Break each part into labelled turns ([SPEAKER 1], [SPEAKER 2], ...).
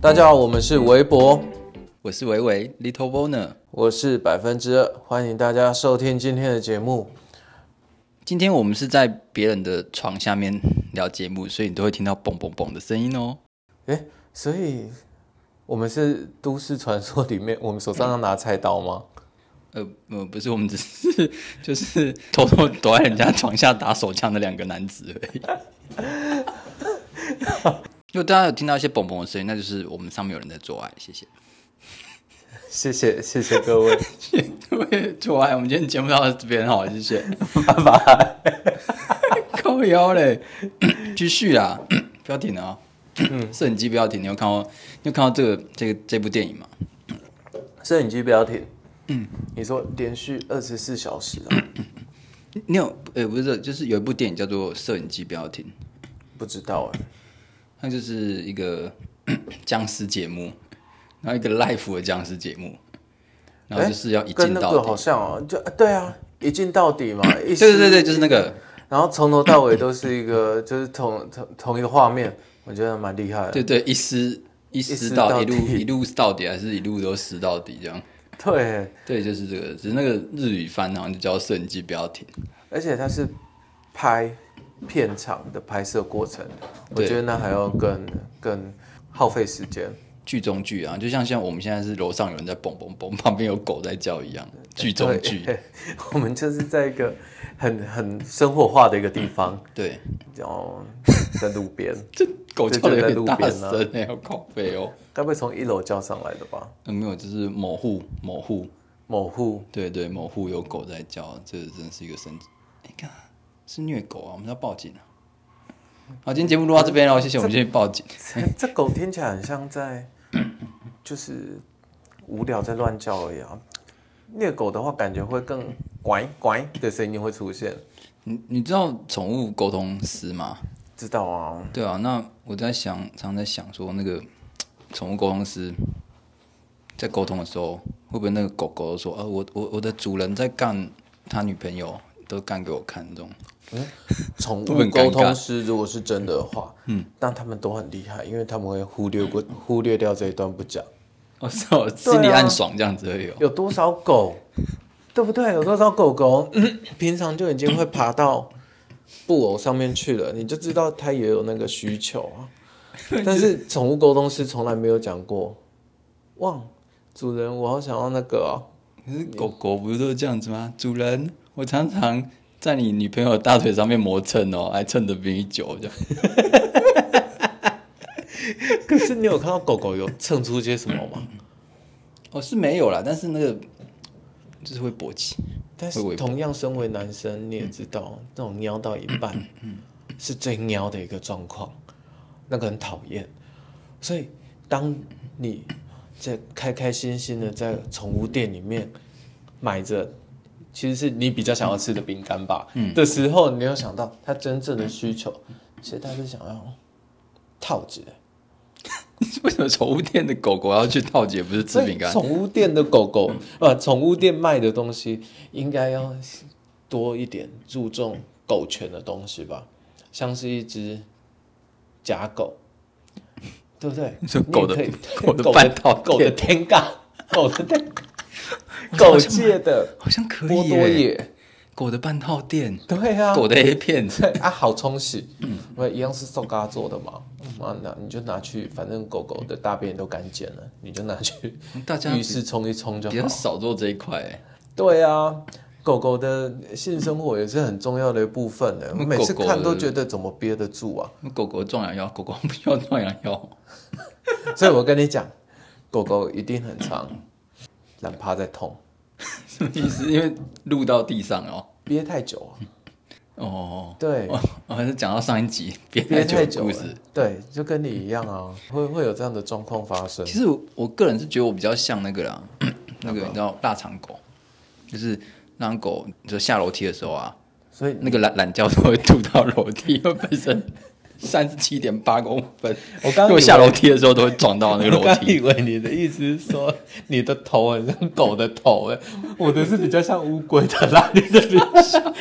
[SPEAKER 1] 大家好，我们是微博，
[SPEAKER 2] 我是维维 Little Boner。
[SPEAKER 1] 我是百分之二，欢迎大家收听今天的节目。
[SPEAKER 2] 今天我们是在别人的床下面聊节目，所以你都会听到嘣嘣嘣的声音哦。
[SPEAKER 1] 诶，所以我们是都市传说里面，我们手上要拿菜刀吗？
[SPEAKER 2] 呃呃，不是，我们只是 就是偷偷躲在人家床下打手枪的两个男子而已。如果大家有听到一些嘣嘣的声音，那就是我们上面有人在做爱。谢谢，
[SPEAKER 1] 谢谢谢谢各位，
[SPEAKER 2] 谢谢各位做哎爱。我们今天节目到这边好，谢谢。
[SPEAKER 1] 拜拜。
[SPEAKER 2] 靠腰嘞， 继续啦， 不要停了啊、
[SPEAKER 1] 嗯
[SPEAKER 2] 摄影机不要停。你有看过你有看过这个这个这部电影吗？
[SPEAKER 1] 摄影机不要停。嗯，你说连续二十四小时啊？
[SPEAKER 2] 你你有呃不是，就是有一部电影叫做《摄影机不要停》，
[SPEAKER 1] 不知道哎、
[SPEAKER 2] 它就是一个 僵尸节目，然后一个 life 的僵尸节目，然后就是要一
[SPEAKER 1] 跟
[SPEAKER 2] 镜
[SPEAKER 1] 那
[SPEAKER 2] 到
[SPEAKER 1] 个
[SPEAKER 2] 底。
[SPEAKER 1] 好像哦、就对啊，一镜到底嘛。对
[SPEAKER 2] 对对对，就是那个，
[SPEAKER 1] 然后从头到尾都是一个，就是同同同一个画面，我觉得蛮厉害的。
[SPEAKER 2] 对对，一丝一
[SPEAKER 1] 丝
[SPEAKER 2] 丝
[SPEAKER 1] 到
[SPEAKER 2] 到一
[SPEAKER 1] 底
[SPEAKER 2] 路一路到底，还是一路都撕到底这样？
[SPEAKER 1] 对，
[SPEAKER 2] 对，就是这个，只是那个日语翻好像就叫摄影机不要停。
[SPEAKER 1] 而且它是拍片场的拍摄过程，我
[SPEAKER 2] 对
[SPEAKER 1] 觉得那还要更更耗费时间。
[SPEAKER 2] 剧中剧啊，就像像我们现在是楼上有人在蹦蹦蹦，旁边有狗在叫一样，剧中剧。
[SPEAKER 1] 对，我们就是在一个很很生活化的一个地方，
[SPEAKER 2] 对，
[SPEAKER 1] 然后在路边，
[SPEAKER 2] 这狗叫的有点大
[SPEAKER 1] 就在路啊
[SPEAKER 2] 声哎、好靠背哦。
[SPEAKER 1] 该不会从一楼叫上来的吧？
[SPEAKER 2] 嗯，没有，就是某户某户，
[SPEAKER 1] 某户
[SPEAKER 2] 对对，某户有狗在叫，这真是一个神奇。哎、看是虐狗啊，我们要报警啊。好，今天节目录到这边喽，谢谢，我们先去报警。
[SPEAKER 1] 这这狗听起来很像在，就是无聊在乱叫而已啊。虐狗的话，感觉会更拐拐的声音会出现，
[SPEAKER 2] 你你知道宠物沟通师吗？
[SPEAKER 1] 知道啊？
[SPEAKER 2] 对啊，那我在想，常常在想说，那个宠物沟通师在沟通的时候，会不会那个狗狗说啊，我我我的主人在干他女朋友，都干给我看这种？
[SPEAKER 1] 宠
[SPEAKER 2] 都
[SPEAKER 1] 物
[SPEAKER 2] 很尴尬
[SPEAKER 1] 沟通师如果是真的话，嗯，那他们都很厉害，因为他们会忽略过忽略掉这一段不讲。
[SPEAKER 2] 我
[SPEAKER 1] 哦
[SPEAKER 2] 操，心里
[SPEAKER 1] 啊
[SPEAKER 2] 暗爽这样子而已、哦。
[SPEAKER 1] 有多少狗，对不对？有多少狗狗、 嗯平常就已经会爬到布偶上面去了，你就知道它也有那个需求 啊。但是宠物沟通师从来没有讲过，哇，主人，我好想要那个、哦。
[SPEAKER 2] 可是狗狗不是都是这样子吗？主人，我常常在你女朋友的大腿上面磨蹭哦，还蹭的比你久这样。
[SPEAKER 1] 可是你有看到狗狗有蹭出些什么吗？
[SPEAKER 2] 哦，是没有啦，但是那个就是会勃起。
[SPEAKER 1] 但是
[SPEAKER 2] 会微
[SPEAKER 1] 同样身为男生，你也知道，那种喵到一半，是最喵的一个状况，那个很讨厌。所以，当你在开开心心的在宠物店里面买着，其实是你比较想要吃的饼干吧，的时候，你没有想到他真正的需求，其实他是想要套子。
[SPEAKER 2] 为什么宠物店的狗狗要去套姐不是吃饼干？嗯
[SPEAKER 1] 所以宠物店的狗狗，呃，宠物店卖的东西应该要多一点注重狗权的东西吧，像是一只假狗，对不对？
[SPEAKER 2] 你说狗的
[SPEAKER 1] 你也可以
[SPEAKER 2] 狗的半套
[SPEAKER 1] 狗的天尬，狗的 天尬，狗界的
[SPEAKER 2] 好像可以、
[SPEAKER 1] 波
[SPEAKER 2] 耶。
[SPEAKER 1] 多野，
[SPEAKER 2] 狗的半套店，
[SPEAKER 1] 对啊，
[SPEAKER 2] 狗的嗯 A 片，
[SPEAKER 1] 对啊，好冲洗，那一样是塑胶做的嘛，啊，那你就拿去，反正狗狗的大便都干净了，你就拿去
[SPEAKER 2] 大家
[SPEAKER 1] 浴室冲一冲就
[SPEAKER 2] 比
[SPEAKER 1] 好
[SPEAKER 2] 较。少做这一块、欸。
[SPEAKER 1] 对啊，狗狗的性生活也是很重要的一部分呢。我
[SPEAKER 2] 那
[SPEAKER 1] 每次
[SPEAKER 2] 狗狗
[SPEAKER 1] 看都
[SPEAKER 2] 的
[SPEAKER 1] 觉得怎么憋得住啊！
[SPEAKER 2] 狗狗壮 阳药，狗狗不需要壮阳药。
[SPEAKER 1] 所以我跟你讲，狗狗一定很长，懒趴在痛，
[SPEAKER 2] 什么意思？因为录到地上哦。
[SPEAKER 1] 憋太久啊。
[SPEAKER 2] 哦，
[SPEAKER 1] 对，
[SPEAKER 2] 我我还是讲到上一集别
[SPEAKER 1] 憋太
[SPEAKER 2] 太
[SPEAKER 1] 久
[SPEAKER 2] 久
[SPEAKER 1] 了
[SPEAKER 2] 的故事。。
[SPEAKER 1] 对，就跟你一样啊，会会有这样的状况发生
[SPEAKER 2] 其。实我我个人是觉得我比较像那个啦， 那个你知道腊肠狗，就是那种狗就下楼梯的时候啊，
[SPEAKER 1] 所以
[SPEAKER 2] 那个懒懒觉都会吐到楼梯，会本身三十七点八公分，
[SPEAKER 1] 我刚
[SPEAKER 2] 因为
[SPEAKER 1] 以
[SPEAKER 2] 我
[SPEAKER 1] 为
[SPEAKER 2] 下楼梯的时候都会撞到那个
[SPEAKER 1] 我
[SPEAKER 2] 楼
[SPEAKER 1] 刚
[SPEAKER 2] 梯。
[SPEAKER 1] 以为你的意思是说，你的头很像狗的头、欸，我的是比较像乌龟的啦，你的比较像，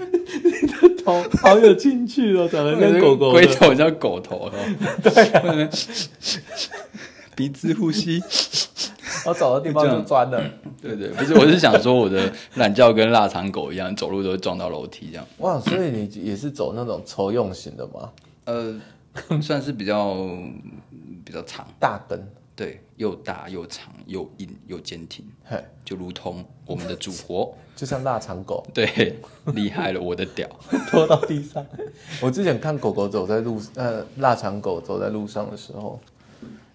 [SPEAKER 1] 你的头好有情趣哦，长 得像狗狗
[SPEAKER 2] 龟
[SPEAKER 1] 的。
[SPEAKER 2] 头叫狗 头，啊对、鼻子呼吸，
[SPEAKER 1] 我哦找到地方就钻了。
[SPEAKER 2] 对对，不是，我是想说我的懒觉跟腊肠狗一样，走路都会撞到楼梯这样。
[SPEAKER 1] 哇，所以你也是走那种抽用型的吗？
[SPEAKER 2] 呃，算是比较比较长，
[SPEAKER 1] 大灯，
[SPEAKER 2] 对，又大又长又硬又坚挺，
[SPEAKER 1] 嘿，
[SPEAKER 2] 就如同我们 的祖国，
[SPEAKER 1] 就像腊肠狗
[SPEAKER 2] 对，厉害了我的屌，
[SPEAKER 1] 拖到地上。我之前看狗狗走在路，呃，腊肠狗走在路上的时候，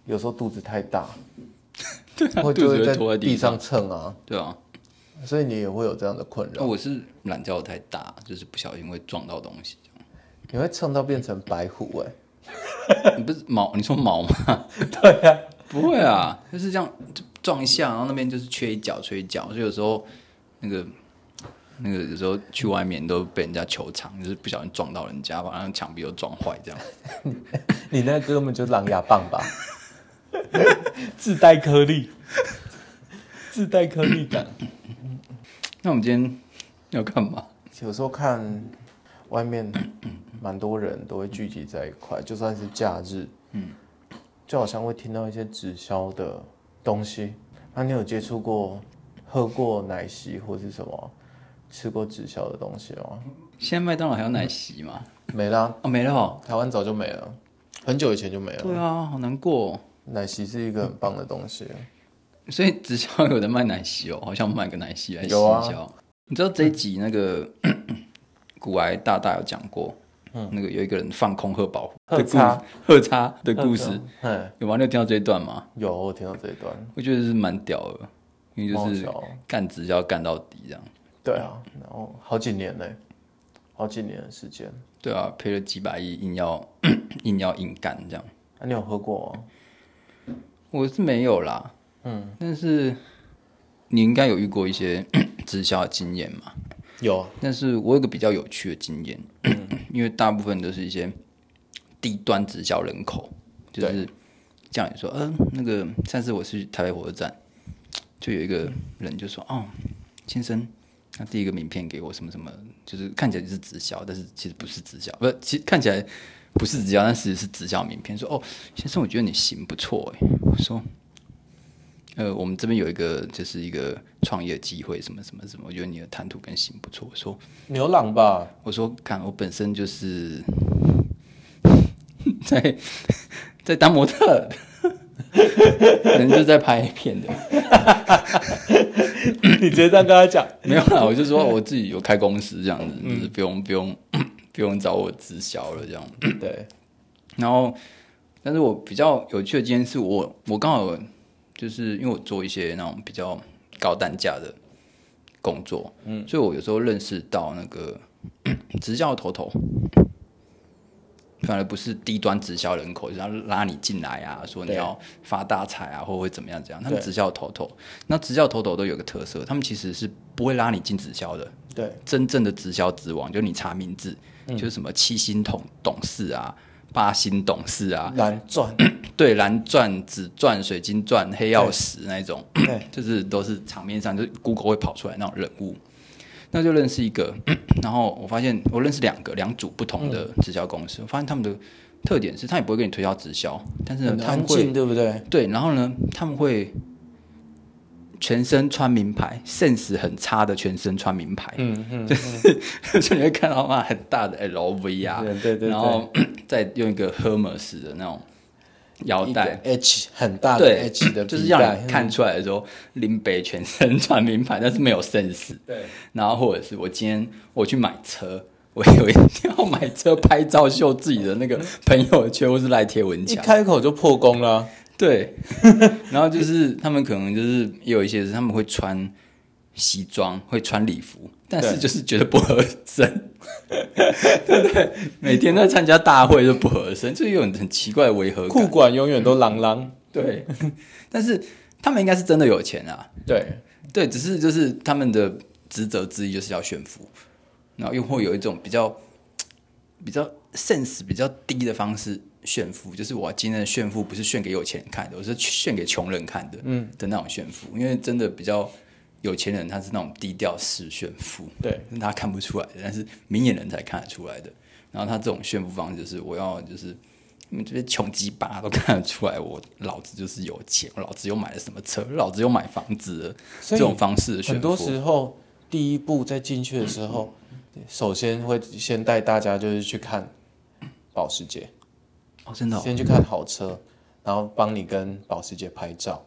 [SPEAKER 1] 有时候肚子太大，
[SPEAKER 2] 对啊，
[SPEAKER 1] 会
[SPEAKER 2] 肚
[SPEAKER 1] 就
[SPEAKER 2] 子
[SPEAKER 1] 会
[SPEAKER 2] 会
[SPEAKER 1] 在
[SPEAKER 2] 拖在
[SPEAKER 1] 地
[SPEAKER 2] 地，
[SPEAKER 1] 上蹭啊，
[SPEAKER 2] 对啊。
[SPEAKER 1] 所以你也会有这样的困
[SPEAKER 2] 那
[SPEAKER 1] 扰，
[SPEAKER 2] 我是懒觉太大，就是不小心会撞到东西。
[SPEAKER 1] 你会蹭到变成白虎哎、
[SPEAKER 2] 你不是毛？你说毛吗？
[SPEAKER 1] 对呀、
[SPEAKER 2] 不会啊，就是这样就撞一下，然后那边就是缺一角，缺一角，所以有时候那个那个有时候去外面都被人家球场，就是不小心撞到人家，把那墙壁都撞坏这样。
[SPEAKER 1] 你那根本就是狼牙棒 吧？自带颗粒，自带颗粒感。
[SPEAKER 2] 那我们今天要干嘛？
[SPEAKER 1] 有时候看外面，蛮多人都会聚集在一块，就算是假日，嗯，就好像会听到一些直销的东西。那你有接触过、喝过奶昔或是什么、吃过直销的东西吗？
[SPEAKER 2] 现在麦当劳还有奶昔吗？
[SPEAKER 1] 没啦，
[SPEAKER 2] 哦，没了哦。
[SPEAKER 1] 台湾早就没了，很久以前就没了。
[SPEAKER 2] 对啊，好难过、哦。
[SPEAKER 1] 奶昔是一个很棒的东西，
[SPEAKER 2] 所以直销有的卖奶昔哦，好想买个奶昔来洗一
[SPEAKER 1] 有啊
[SPEAKER 2] 下哦。你知道这一集那个 古癌大大有讲过，
[SPEAKER 1] 嗯
[SPEAKER 2] 那个有一个人放空贺宝的
[SPEAKER 1] 贺
[SPEAKER 2] 故
[SPEAKER 1] 叉
[SPEAKER 2] 贺叉的故事，
[SPEAKER 1] 嗯，
[SPEAKER 2] 有吗？你有听到这一段吗？
[SPEAKER 1] 有我听到这一段。
[SPEAKER 2] 我觉得是蛮屌的，因为就是
[SPEAKER 1] 蛮好笑
[SPEAKER 2] 干直销干到底这样。
[SPEAKER 1] 对啊，然后好几年嘞，好几年的时间。
[SPEAKER 2] 对啊，赔了几百亿，硬要 硬要硬干这样。
[SPEAKER 1] 啊，你有喝过吗？
[SPEAKER 2] 我是没有啦，嗯，但是你应该有遇过一些 直销的经验嘛？
[SPEAKER 1] 有啊，
[SPEAKER 2] 但是我有个比较有趣的经验， 因为大部分都是一些低端直销人口，就是叫你说，嗯、那个上次我是去台北火车站，就有一个人就说，哦，先生，他递一个名片给我，什么什么，就是看起来就是直销，但是其实不是直销，不是，其实看起来不是直销，但其实是直销名片，说，哦，先生，我觉得你行不错，哎，我说。呃，我们这边有一个就是一个创业机会，什么什么什么，我觉得你的谈吐跟行不错。我说，
[SPEAKER 1] 牛郎吧？
[SPEAKER 2] 我说，看我本身就是在在当模特儿，可能就是在拍片的，
[SPEAKER 1] 你直接这样跟他讲，
[SPEAKER 2] 没有啦，我就说我自己有开公司这样子，就是不用不用不用找我直销了这样。
[SPEAKER 1] 对，
[SPEAKER 2] 然后，但是我比较有趣的今天是我我刚好就是因为我做一些那种比较高单价的工作，嗯，所以我有时候认识到那个 直销的头头，反而不是低端直销人口，就是要拉你进来啊，说你
[SPEAKER 1] 对
[SPEAKER 2] 要发大财啊，或会怎么样怎样。他们
[SPEAKER 1] 对
[SPEAKER 2] 直销的头头，那直销头头都有个特色，他们其实是不会拉你进直销的，
[SPEAKER 1] 对，
[SPEAKER 2] 真正的直销之王，就是你查名字，就是什么七星董董事啊、八星董事啊，
[SPEAKER 1] 蓝钻，
[SPEAKER 2] 对，蓝钻、紫钻、水晶钻、黑曜石那一种，
[SPEAKER 1] 对，
[SPEAKER 2] 就是都是场面上就是 Google 会跑出来那种人物。那就认识一个， 然后我发现我认识两个两组不同的直销公司，我发现他们的特点是，他也不会给你推销直销，但是呢
[SPEAKER 1] 很，
[SPEAKER 2] 他们
[SPEAKER 1] 安
[SPEAKER 2] 会
[SPEAKER 1] 静，对不对？
[SPEAKER 2] 对，然后呢，他们会全身穿名牌，sense 很差的全身穿名牌，
[SPEAKER 1] 嗯嗯，
[SPEAKER 2] 就你会看到嘛很大的 LV 啊，
[SPEAKER 1] 对对对
[SPEAKER 2] 然后 再用一个 Hermes 的那种腰
[SPEAKER 1] 一
[SPEAKER 2] 带，
[SPEAKER 1] 个 H 很大的
[SPEAKER 2] 对
[SPEAKER 1] H 的，
[SPEAKER 2] 就是让你，看出来的时候，林北全身穿名牌，但是没有 sense。
[SPEAKER 1] 对，
[SPEAKER 2] 然后或者是我今天我去买车，我有一定要买车拍照秀自己的那个朋友圈，或是来贴文
[SPEAKER 1] 一
[SPEAKER 2] 墙。
[SPEAKER 1] 开口就破功了，
[SPEAKER 2] 对，然后就是他们可能就是也有一些是他们会穿西装，会穿礼服，但是
[SPEAKER 1] 对
[SPEAKER 2] 就是觉得不合身，对不对？每天在参加大会就不合身，这有很很奇怪的违和
[SPEAKER 1] 裤
[SPEAKER 2] 感。
[SPEAKER 1] 管永远都朗朗，
[SPEAKER 2] 对，但是他们应该是真的有钱啊，
[SPEAKER 1] 对，
[SPEAKER 2] 对，只是就是他们的职责之一就是要炫富，然后又会有一种比较比较 sense 比较低的方式炫富，就是我今天的炫富不是炫给有钱人看的，我是炫给穷人看的，嗯的那种炫富，因为真的比较有钱人他是那种低调式炫富，
[SPEAKER 1] 对，
[SPEAKER 2] 是他看不出来的，但是明眼人才看得出来的。然后他这种炫富方式就是我要就是。你们这些穷鸡巴都看得出来，我老子就是有钱，我老子又买了什么车，老子又买房子了，
[SPEAKER 1] 所
[SPEAKER 2] 这
[SPEAKER 1] 以
[SPEAKER 2] 种方式的炫富，
[SPEAKER 1] 很多时候第一步在进去的时候，首先会先带大家就是去看保时捷，
[SPEAKER 2] 哦，真的、哦，
[SPEAKER 1] 先去看豪车，然后帮你跟保时捷拍照，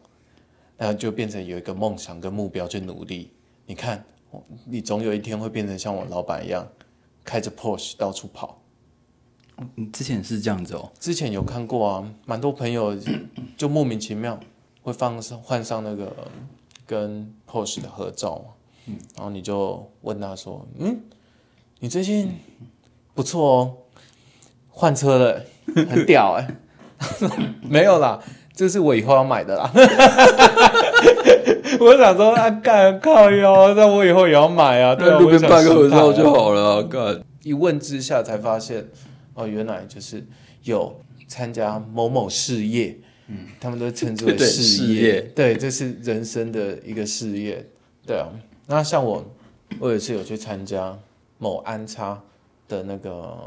[SPEAKER 1] 那就变成有一个梦想跟目标去努力。你看，我你总有一天会变成像我老板一样，开着 Porsche 到处跑。
[SPEAKER 2] 你之前是这样子哦，
[SPEAKER 1] 之前有看过啊，蛮多朋友就莫名其妙会放上换上那个跟 Porsche 的合照嘛，
[SPEAKER 2] 嗯
[SPEAKER 1] 然后你就问他说，嗯，你最近不错哦，换车了， 很屌哎、 没有啦，这是我以后要买 的啦。我想说啊，干靠腰，那我以后也要买
[SPEAKER 2] 哎
[SPEAKER 1] 啊，对啊，
[SPEAKER 2] 路边
[SPEAKER 1] 我也想
[SPEAKER 2] 办个合
[SPEAKER 1] 试探
[SPEAKER 2] 照
[SPEAKER 1] 啊
[SPEAKER 2] 就好了、啊，干。
[SPEAKER 1] 一问之下才发现，哦，原来就是有参加某某事业，嗯，他们都称之为
[SPEAKER 2] 对
[SPEAKER 1] 事
[SPEAKER 2] 事业
[SPEAKER 1] 对，这是人生的一个事业，对啊。那像我，我也是有去参加某安插的那个，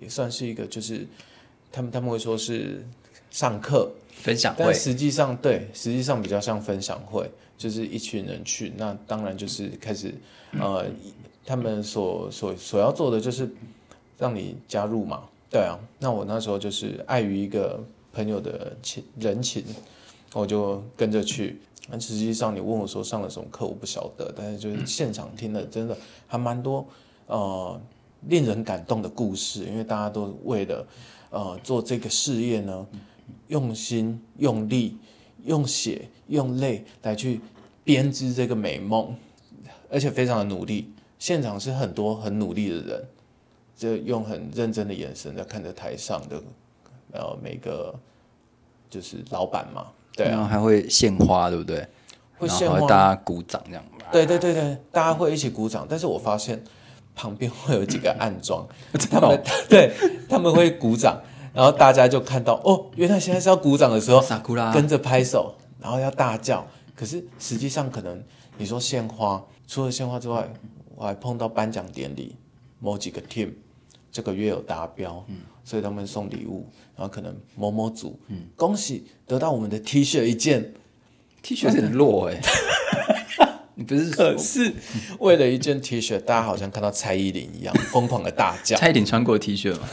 [SPEAKER 1] 也算是一个，就是他们他们会说是上课，
[SPEAKER 2] 分享
[SPEAKER 1] 但
[SPEAKER 2] 会，
[SPEAKER 1] 实际上，对，实际上比较像分享会，就是一群人去，那当然就是开始，呃，他们所所所要做的就是让你加入嘛，对啊。那我那时候就是碍于一个朋友的情人情，我就跟着去。那实际上，你问我说上了什么课，我不晓得，但是就是现场听了，真的还蛮多，呃，令人感动的故事，因为大家都为了，呃，做这个事业呢，用心、用力、用血、用泪来去编织这个美梦，而且非常的努力。现场是很多很努力的人，就用很认真的眼神在看着台上的呃每个就是老板嘛，对啊，
[SPEAKER 2] 然后还会献花，对不对？
[SPEAKER 1] 会
[SPEAKER 2] 然后
[SPEAKER 1] 献
[SPEAKER 2] 还
[SPEAKER 1] 花
[SPEAKER 2] 会大家鼓掌这样。
[SPEAKER 1] 对对对对，大家会一起鼓掌，但是我发现旁边会有几个暗装，他们 对他们会鼓掌，然后大家就看到哦，原来现在是要鼓掌的时候，
[SPEAKER 2] 傻哭啦，
[SPEAKER 1] 跟着拍手，然后要大叫。可是实际上，可能你说献花，除了献花之外，我还碰到颁奖典礼，某几个 team 这个月有达标，所以他们送礼物，然后可能某某组，恭喜得到我们的 T 恤一件，
[SPEAKER 2] T 恤很弱 哎、你不是
[SPEAKER 1] 可是为了一件 T 恤，大家好像看到蔡依林一样 疯狂的大叫。
[SPEAKER 2] 差一点穿过 T 恤吗？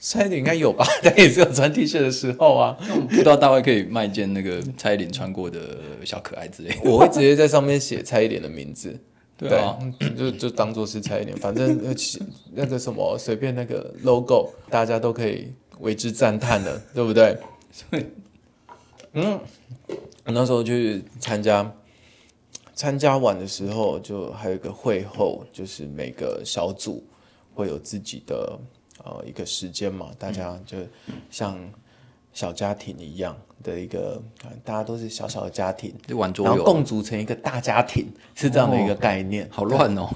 [SPEAKER 1] 蔡依林应该有吧？她也是有穿 T 恤的时候啊。
[SPEAKER 2] 不知道大卫可以卖一件那个差一点穿过的小可爱之类的。
[SPEAKER 1] 我会直接在上面写蔡依林的名字，
[SPEAKER 2] 对啊，
[SPEAKER 1] 嗯就就当做是蔡依林，反正呃其那个什么随便那个 logo，大家都可以为之赞叹的，对不对？嗯，我那时候去参加，参加完的时候就还有一个会后，就是每个小组会有自己的呃一个时间嘛，大家就像小家庭一样的一个，呃大家都是小小的家庭，
[SPEAKER 2] 就玩桌
[SPEAKER 1] 然后
[SPEAKER 2] 游，
[SPEAKER 1] 共组成一个大家庭，是这样的一个概念。
[SPEAKER 2] 好乱哦，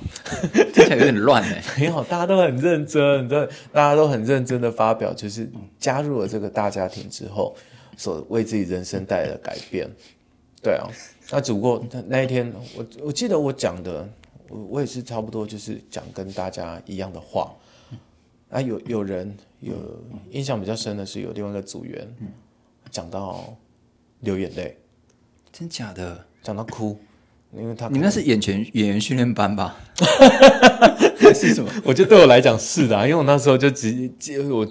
[SPEAKER 2] 听起来有点乱哎、
[SPEAKER 1] 没有，大家都很认真，对，大家都很认真的发表，就是加入了这个大家庭之后，所为自己人生带来的改变。对啊，那只不过那那一天，我我记得我讲的，我我也是差不多就是讲跟大家一样的话。啊，有有人有印象比较深的是有另外一个组员讲到流眼泪，
[SPEAKER 2] 真假的？
[SPEAKER 1] 讲到哭，因为他
[SPEAKER 2] 你们那是演员演员训练班 吧？是什么？
[SPEAKER 1] 我觉得对我来讲是的啊、因为我那时候就直接我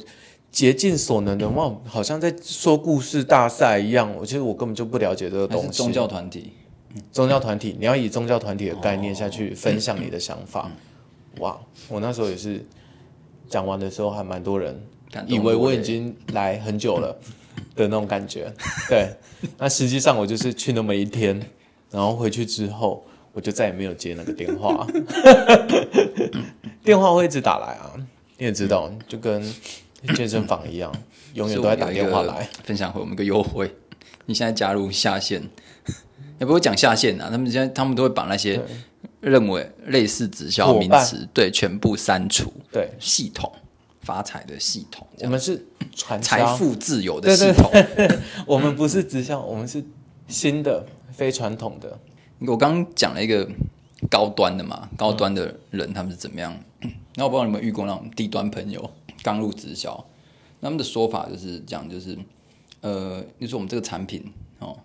[SPEAKER 1] 竭尽所能的，哇，好像在说故事大赛一样。我其实我根本就不了解这个
[SPEAKER 2] 还是
[SPEAKER 1] 东西。
[SPEAKER 2] 宗教团体？
[SPEAKER 1] 宗教团体，你要以宗教团体的概念下去分享你的想
[SPEAKER 2] 哦
[SPEAKER 1] 法。
[SPEAKER 2] 嗯
[SPEAKER 1] 哇，我那时候也是讲完的时候，还蛮多人
[SPEAKER 2] 感动
[SPEAKER 1] 以为
[SPEAKER 2] 落
[SPEAKER 1] 我已
[SPEAKER 2] 泪
[SPEAKER 1] 经来很久了的那种感 觉。对，那实际上我就是去那么一天，然后回去之后，我就再也没有接那个电 话，电话会一直打来啊，你也知道，就跟健身房一样，永远都在打电话来。。
[SPEAKER 2] 分享会嗯我们有一个优惠，你现在加入下线， 也不会讲下线啊，他们现在他们都会把那些认为类似直销
[SPEAKER 1] 伙
[SPEAKER 2] 名
[SPEAKER 1] 伴
[SPEAKER 2] 词，对，全部删除
[SPEAKER 1] 对，
[SPEAKER 2] 系统。发财的系统，这
[SPEAKER 1] 我
[SPEAKER 2] 样
[SPEAKER 1] 们是传
[SPEAKER 2] 财
[SPEAKER 1] 销，
[SPEAKER 2] 富自由的
[SPEAKER 1] 对
[SPEAKER 2] 系
[SPEAKER 1] 对
[SPEAKER 2] 统。
[SPEAKER 1] 我们不是直销，我们是新的非传统的。
[SPEAKER 2] 我刚刚讲了一个高端的嘛，高端的人他们是怎么样？那我不知道你们有没有遇过那种低端朋友刚入直销，他们的说法就是讲就是，呃，就说我们这个产品哦，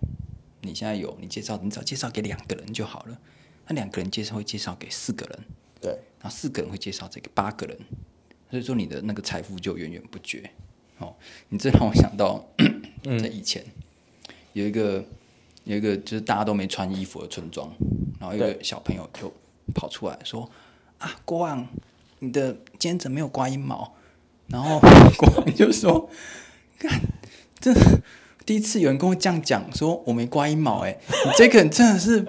[SPEAKER 2] 你现在有你介绍，你只要介绍给两个人就好了，那两个人介绍会介绍给四个人，
[SPEAKER 1] 对，
[SPEAKER 2] 然后四个人会介绍这个八个人，所以说你的那个财富就源源不绝。哦，你这让我想到在以前、有一个有一个就是大家都没穿衣服的村庄，然后有一个小朋友就跑出来说：“啊，国王，你的肩枕没有刮阴毛。”然后国王就说：“看，这第一次有人跟我这样讲，说我没刮阴毛、欸，哎，你这个人真的是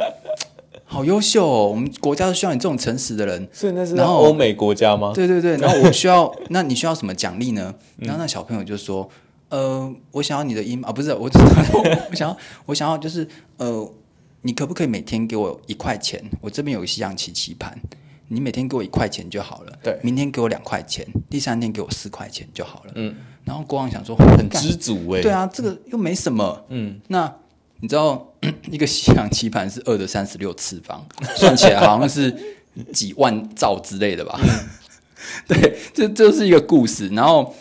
[SPEAKER 2] 好优秀哦，我们国家都需要你这种诚实的人。”
[SPEAKER 1] 所以那是
[SPEAKER 2] 然后
[SPEAKER 1] 欧美国家吗？嗯
[SPEAKER 2] 对对对，然后我需要，那你需要什么奖励呢？然后那小朋友就说，呃，我想要你的音啊，不是，我 我想要，我想要就是呃，你可不可以每天给我一块钱？我这边有一西洋棋棋盘，你每天给我一块钱就好了。
[SPEAKER 1] 对
[SPEAKER 2] 明天给我两块钱，第三天给我四块钱就好了。嗯，然后国王想说，
[SPEAKER 1] 很
[SPEAKER 2] 干
[SPEAKER 1] 知足哎、
[SPEAKER 2] 对啊，这个又没什么。嗯，那你知道 一个西洋棋盘是二的三十六次方，算起来好像是几万兆之类的吧？
[SPEAKER 1] 嗯
[SPEAKER 2] 对，这这是一个故事，然后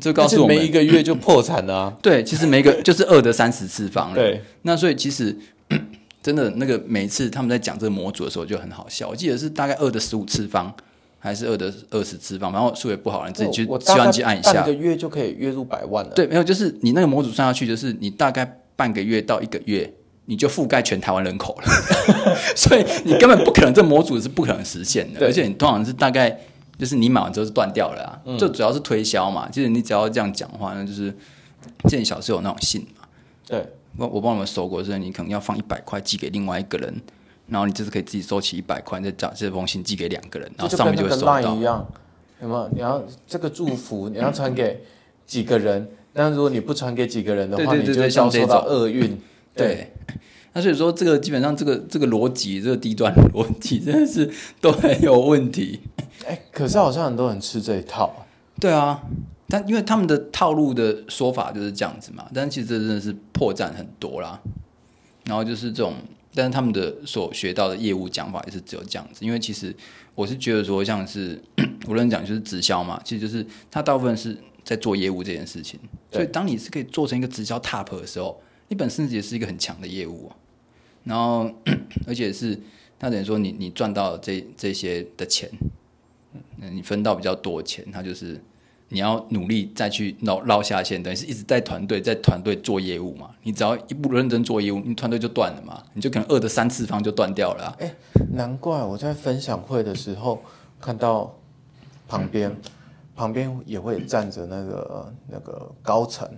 [SPEAKER 2] 就告诉我
[SPEAKER 1] 每一
[SPEAKER 2] 们，
[SPEAKER 1] 个月就破产了、啊。
[SPEAKER 2] 对，其实每个就是二的三十次方了。
[SPEAKER 1] 对，
[SPEAKER 2] 那所以其实 真的那个每一次他们在讲这个模组的时候就很好笑，我记得是大概二的十五次方。还是二的二十次方，然后数学不好，你 自己去
[SPEAKER 1] 哦我
[SPEAKER 2] 计算机按一
[SPEAKER 1] 我大概半。
[SPEAKER 2] 下
[SPEAKER 1] 个月就可以月入百万了。
[SPEAKER 2] 对，没有，就是你那个模组算下去，就是你大概半个月到一个月，你就覆盖全台湾人口了， 所以你根本不可能这模组是不可能实现的，
[SPEAKER 1] 对
[SPEAKER 2] 而且你通常是大概就是你买完之后是断掉了啊，
[SPEAKER 1] 嗯
[SPEAKER 2] 就主要是推销嘛，其实你只要这样讲话，那就是见小时候有那种信嘛，
[SPEAKER 1] 对
[SPEAKER 2] 我我帮你们收过，就是你可能要放一百块寄给另外一个人。然后你这次可以自己收起一百块，再找这封信寄给两个人，然后
[SPEAKER 1] 就
[SPEAKER 2] 上
[SPEAKER 1] 跟
[SPEAKER 2] 面
[SPEAKER 1] 那
[SPEAKER 2] 就会
[SPEAKER 1] 个
[SPEAKER 2] 收到。
[SPEAKER 1] Line 一样，什么你要这个祝福，你要传给几个人，但如果你不传给几个人的话，
[SPEAKER 2] 对对对
[SPEAKER 1] 你就
[SPEAKER 2] 对
[SPEAKER 1] 会
[SPEAKER 2] 像
[SPEAKER 1] 遭
[SPEAKER 2] 这
[SPEAKER 1] 受到厄运。对，
[SPEAKER 2] 对，那所以说这个基本上这个这个逻辑，这个低端的逻辑真的是都很有问题。
[SPEAKER 1] 哎，可是好像很多人吃这一套啊。
[SPEAKER 2] 对啊，但因为他们的套路的说法就是这样子嘛，但其实这真的是破绽很多啦。然后就是这种，但是他们的所学到的业务讲法也是只有这样子，因为其实我是觉得说，像是 无论讲就是直销嘛，其实就是它大部分是在做业务这件事情，所以当你是可以做成一个直销 TOP 的时候，你本身也是一个很强的业务、啊，然后 而且是它等于说你你赚到这这些的钱，那你分到比较多的钱，它就是你要努力再去捞捞下线，等于是一直在团队在团队做业务嘛。你只要一不认真做业务，你团队就断了嘛，你就可能二的三次方就断掉了啊、
[SPEAKER 1] 哎，难怪我在分享会的时候看到旁边，旁边也会站着那个呃那个高层，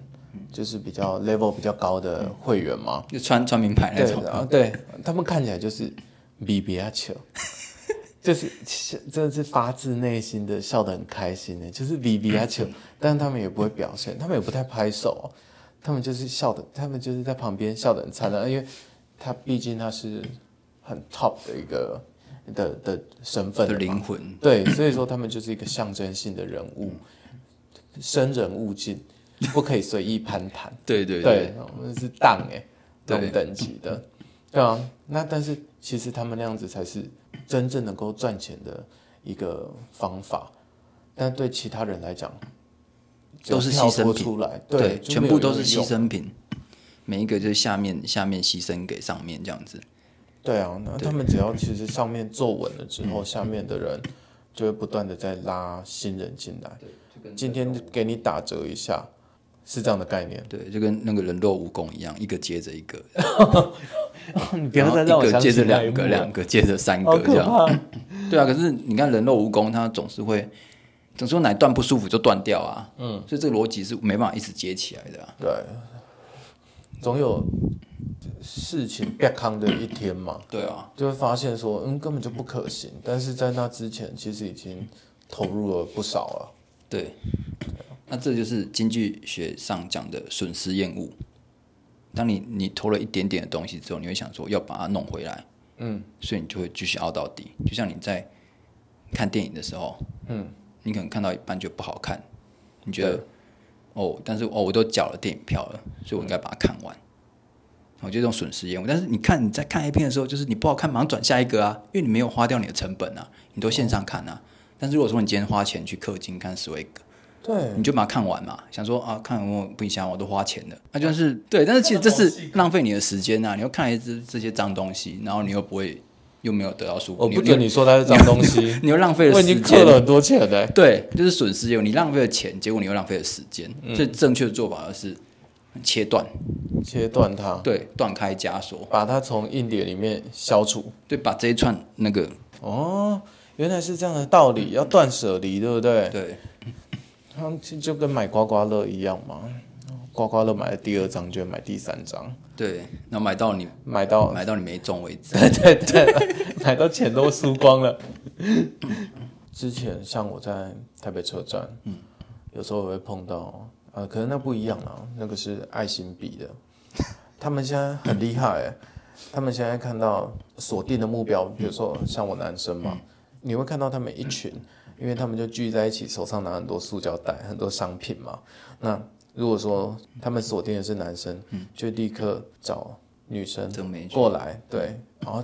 [SPEAKER 1] 就是比较 level 比较高的会员嘛。
[SPEAKER 2] 就穿穿名牌那
[SPEAKER 1] 对，
[SPEAKER 2] 种。
[SPEAKER 1] 然后对他们看起来就是比比阿球，就是其实真的是发自内心的笑得很开心的，就是比比阿球，但是他们也不会表现，他们也不太拍手、哦他们就是笑的，他们就是在旁边笑得很灿烂，因为他毕竟他是很 top 的一个的的身份
[SPEAKER 2] 的
[SPEAKER 1] 嘛
[SPEAKER 2] 灵魂，
[SPEAKER 1] 对，所以说他们就是一个象征性的人物，生人勿近，不可以随意攀谈。
[SPEAKER 2] 对对对
[SPEAKER 1] 对，我们是当哎、这
[SPEAKER 2] 对
[SPEAKER 1] 种等级的，对啊。那但是其实他们那样子才是真正能够赚钱的一个方法，但对其他人来讲，
[SPEAKER 2] 都是
[SPEAKER 1] 只要
[SPEAKER 2] 牺牲
[SPEAKER 1] 跳脱
[SPEAKER 2] 品
[SPEAKER 1] 出来，
[SPEAKER 2] 对，
[SPEAKER 1] 就
[SPEAKER 2] 全
[SPEAKER 1] 没
[SPEAKER 2] 部
[SPEAKER 1] 有
[SPEAKER 2] 都是
[SPEAKER 1] 用
[SPEAKER 2] 牺牲品，每一个就是下面下面牺牲给上面这样子。
[SPEAKER 1] 对啊，那他们只要其实上面坐稳了之后，下面的人就会不断的在拉新人进来。今天给你打折一下，是这样的概念。
[SPEAKER 2] 对，就跟那个人肉蜈蚣一样，一个接着一个，
[SPEAKER 1] 你
[SPEAKER 2] 然后一个接着两个，两个接着三
[SPEAKER 1] 好
[SPEAKER 2] 个这
[SPEAKER 1] 可
[SPEAKER 2] 样。
[SPEAKER 1] 怕。
[SPEAKER 2] 对啊，可是你看人肉蜈蚣，它总是会总是会哪一段不舒服就断掉啊。嗯，所以这个逻辑是没办法一直接起来的、啊。
[SPEAKER 1] 对，总有事情变康的一天嘛，
[SPEAKER 2] 对啊，
[SPEAKER 1] 就会发现说，嗯，根本就不可行。但是在那之前，其实已经投入了不少了。
[SPEAKER 2] 对。那这就是经济学上讲的损失厌恶。当你你投了一点点的东西之后，你会想说要把它弄回来，嗯，所以你就会继续熬到底。就像你在看电影的时候，嗯，你可能看到一半觉得不好看，你觉得哦，但是哦，我都缴了电影票了，所以我应该把它看完。我觉得这种损失厌恶，但是你看你在看 A 片的时候，就是你不好看，马上转下一个啊，因为你没有花掉你的成本啊，你都线上看啊。但是如果说你今天花钱去氪金看 Swag，
[SPEAKER 1] 对，
[SPEAKER 2] 你就把它看完嘛，想说啊，看我不想，我都花钱了，那、就是对，但是其实这是浪费你的时间呐、啊你又看了这这些脏东西，然后你又不会又没有得到舒服，
[SPEAKER 1] 我不
[SPEAKER 2] 你又
[SPEAKER 1] 准你说它是脏东西，
[SPEAKER 2] 你又 浪费了
[SPEAKER 1] 我已
[SPEAKER 2] 时
[SPEAKER 1] 经氪
[SPEAKER 2] 间，
[SPEAKER 1] 了很多钱嘞、
[SPEAKER 2] 对，就是损失有你浪费了钱，结果你又浪费了时间，
[SPEAKER 1] 嗯
[SPEAKER 2] 所以正确的做法而是切断，
[SPEAKER 1] 切断它，
[SPEAKER 2] 对，断开枷锁，
[SPEAKER 1] 把它从硬碟里面消除。
[SPEAKER 2] 对，把这一串那个
[SPEAKER 1] 哦，原来是这样的道理，要断舍离，对不对？
[SPEAKER 2] 对
[SPEAKER 1] 它就就跟买刮刮乐一样嘛，刮刮乐买了第二张就会买第三张，
[SPEAKER 2] 对，然后买到你
[SPEAKER 1] 买到
[SPEAKER 2] 买到你没中为止，
[SPEAKER 1] 对对对，买到钱都输光了。之前像我在台北车站，嗯，有时候我会碰到，呃，可能那不一样啊，那个是爱心笔的，他们现在很厉害、欸，他们现在看到锁定的目标，比如说像我男生嘛，你会看到他们一群，因为他们就聚在一起，手上拿很多塑胶袋，很多商品嘛。那如果说他们锁定的是男生，就立刻找女生
[SPEAKER 2] 真没
[SPEAKER 1] 过来，对，然后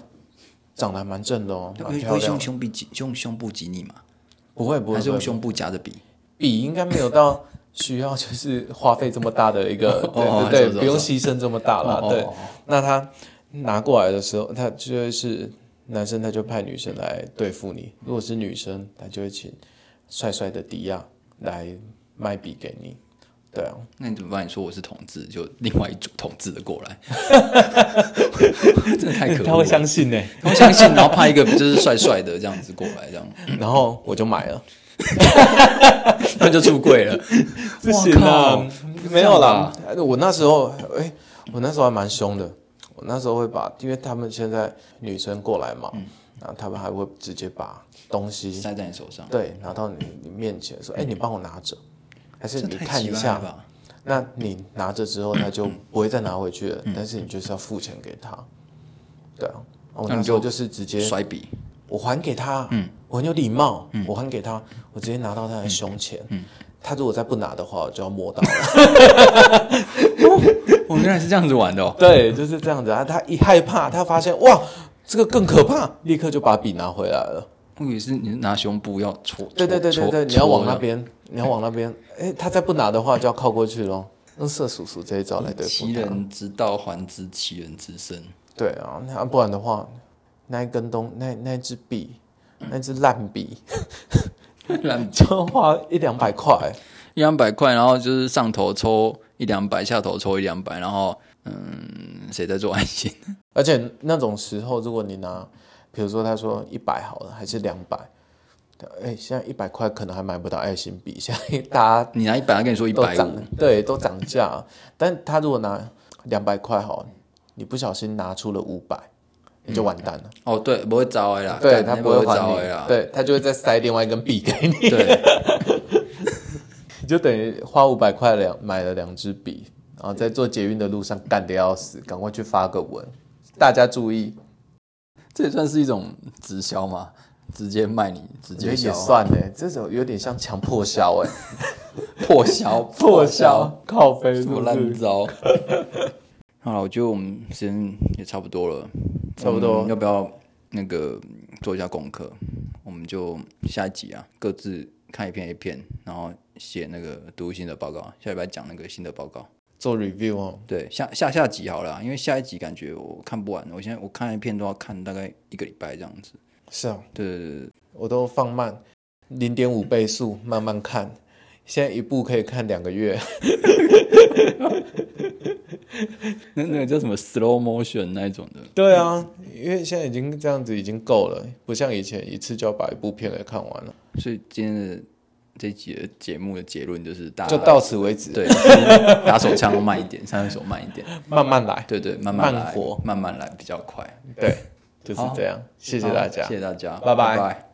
[SPEAKER 1] 长得还蛮正的哦，蛮
[SPEAKER 2] 会
[SPEAKER 1] 漂
[SPEAKER 2] 会
[SPEAKER 1] 亮
[SPEAKER 2] 用
[SPEAKER 1] 的。
[SPEAKER 2] 胸部挤用胸部挤你嘛，
[SPEAKER 1] 不会不会
[SPEAKER 2] 还
[SPEAKER 1] 不
[SPEAKER 2] 是用
[SPEAKER 1] 会，
[SPEAKER 2] 胸部夹着笔？
[SPEAKER 1] 笔应该没有到需要就是花费这么大的一 个，
[SPEAKER 2] 哦
[SPEAKER 1] 对对对，
[SPEAKER 2] 是是
[SPEAKER 1] 不用牺牲这么大啦
[SPEAKER 2] 哦。哦
[SPEAKER 1] 对
[SPEAKER 2] 哦，
[SPEAKER 1] 那他拿过来的时候，他就会是男生，他就派女生来对付你；如果是女生，他就会请帅帅的迪亚来卖笔给你。对啊，
[SPEAKER 2] 那你怎么办？你说我是同志，就另外一组同志的过来， 真的太可恶了。
[SPEAKER 1] 信欸呢、
[SPEAKER 2] 他会相信，然后派一个就是帅帅的这样子过来，这样
[SPEAKER 1] 然后我就买了。
[SPEAKER 2] 那就出柜了。
[SPEAKER 1] 不
[SPEAKER 2] 哇
[SPEAKER 1] 行啊
[SPEAKER 2] 靠
[SPEAKER 1] 啦，没有啦
[SPEAKER 2] 不。
[SPEAKER 1] 我那时候，哎、我那时候还蛮凶的。我那时候会把，因为他们现在女生过来嘛，
[SPEAKER 2] 嗯
[SPEAKER 1] 然后他们还会直接把东西
[SPEAKER 2] 塞在你手上，
[SPEAKER 1] 对拿到你你面前说：“哎、你帮我拿着，还是
[SPEAKER 2] 嗯这
[SPEAKER 1] 你
[SPEAKER 2] 太
[SPEAKER 1] 看
[SPEAKER 2] 奇
[SPEAKER 1] 一
[SPEAKER 2] 怪
[SPEAKER 1] 下
[SPEAKER 2] 了。吧？”
[SPEAKER 1] 那你拿着之后，他就不会再拿回去了，
[SPEAKER 2] 嗯
[SPEAKER 1] 但是你就是要付钱给他。对啊，我
[SPEAKER 2] 那你
[SPEAKER 1] 那时候
[SPEAKER 2] 就
[SPEAKER 1] 就是直接
[SPEAKER 2] 甩笔，
[SPEAKER 1] 我还给他，
[SPEAKER 2] 嗯
[SPEAKER 1] 我很有礼貌，我还给他，我直接拿到他的胸前，
[SPEAKER 2] 嗯
[SPEAKER 1] 他如果再不拿的话，我就要摸到了。
[SPEAKER 2] 我原来是这样子玩的哦。
[SPEAKER 1] 对，就是这样子啊。他一害怕，他发现哇，这个更可怕，立刻就把笔拿回来了。
[SPEAKER 2] 我以为是你是拿胸部要戳，
[SPEAKER 1] 对对对
[SPEAKER 2] 戳
[SPEAKER 1] 对对，
[SPEAKER 2] 戳
[SPEAKER 1] 你要往那
[SPEAKER 2] 戳
[SPEAKER 1] 边，你要往那边，哎，他再不拿的话，就要靠过去咯。用射叔叔这一招来对付
[SPEAKER 2] 其
[SPEAKER 1] 他。
[SPEAKER 2] 人之道还治其人之身。
[SPEAKER 1] 对啊，那不然的话，那一根东那那一支笔，那支烂 笔，
[SPEAKER 2] 烂
[SPEAKER 1] 就要花一两百块。
[SPEAKER 2] 一两百块，然后就是上头抽一两百，下头抽一两百，然后嗯，谁在做爱心？
[SPEAKER 1] 而且那种时候，如果你拿，比如说他说一百好了，还是两百，哎，现在一百块可能还买不到爱心笔，现在大家
[SPEAKER 2] 你拿一百，他跟你说一
[SPEAKER 1] 都
[SPEAKER 2] 百
[SPEAKER 1] 涨
[SPEAKER 2] 五，，
[SPEAKER 1] 对，都涨价。但他如果拿两百块好了，你不小心拿出了五百，你就完蛋了，
[SPEAKER 2] 哦，对，不会招的啦，
[SPEAKER 1] 对
[SPEAKER 2] 干
[SPEAKER 1] 他
[SPEAKER 2] 那
[SPEAKER 1] 不
[SPEAKER 2] 会啊
[SPEAKER 1] 会还
[SPEAKER 2] 招的
[SPEAKER 1] 你，
[SPEAKER 2] 啦，
[SPEAKER 1] 对他就会再塞另外一根笔给你，
[SPEAKER 2] 对，
[SPEAKER 1] 你就等于花五百块两买了两支笔，然后在做捷运的路上干得要死，赶快去发个文，大家注意，
[SPEAKER 2] 这也算是一种直销嘛，直接卖你，
[SPEAKER 1] 我
[SPEAKER 2] 直接啊
[SPEAKER 1] 觉得也
[SPEAKER 2] 销，
[SPEAKER 1] 算呢，这种有点像强迫销 哎。
[SPEAKER 2] 破 销，
[SPEAKER 1] 破销， 靠背是
[SPEAKER 2] 什么
[SPEAKER 1] 不
[SPEAKER 2] 烂
[SPEAKER 1] 是？
[SPEAKER 2] 招？ 好了，我觉得我们时间也差不多了，
[SPEAKER 1] 差不多
[SPEAKER 2] 我们要不要那个做一下功课？我们就下一集啊，各自看一篇 A 片，然后写那个读物心得报告，下礼拜讲那个心得报告。
[SPEAKER 1] 做 review 哦，
[SPEAKER 2] 对，下下下集好了啊，因为下一集感觉我看不完，我现在我看一片都要看大概一个礼拜这样子。
[SPEAKER 1] 是啊，
[SPEAKER 2] 对对对对，
[SPEAKER 1] 我都放慢零点五倍速慢慢看，现在一部可以看两个月，
[SPEAKER 2] 那那个叫什么 slow motion 那一种的，
[SPEAKER 1] 对啊， 因为现在已经这样子已经够了，不像以前一次就要把一部片给看完了，
[SPEAKER 2] 所以今天的这一集的节目的结论就是大家
[SPEAKER 1] 就到此为止，
[SPEAKER 2] 对，就是打手枪慢一点，上手慢一点，
[SPEAKER 1] 慢慢来，
[SPEAKER 2] 对对，慢慢
[SPEAKER 1] 慢
[SPEAKER 2] 来
[SPEAKER 1] 活，
[SPEAKER 2] 慢慢来比较快。
[SPEAKER 1] 对，就是这样，谢谢
[SPEAKER 2] 好
[SPEAKER 1] 大家
[SPEAKER 2] 谢。谢大家，
[SPEAKER 1] 拜拜
[SPEAKER 2] 拜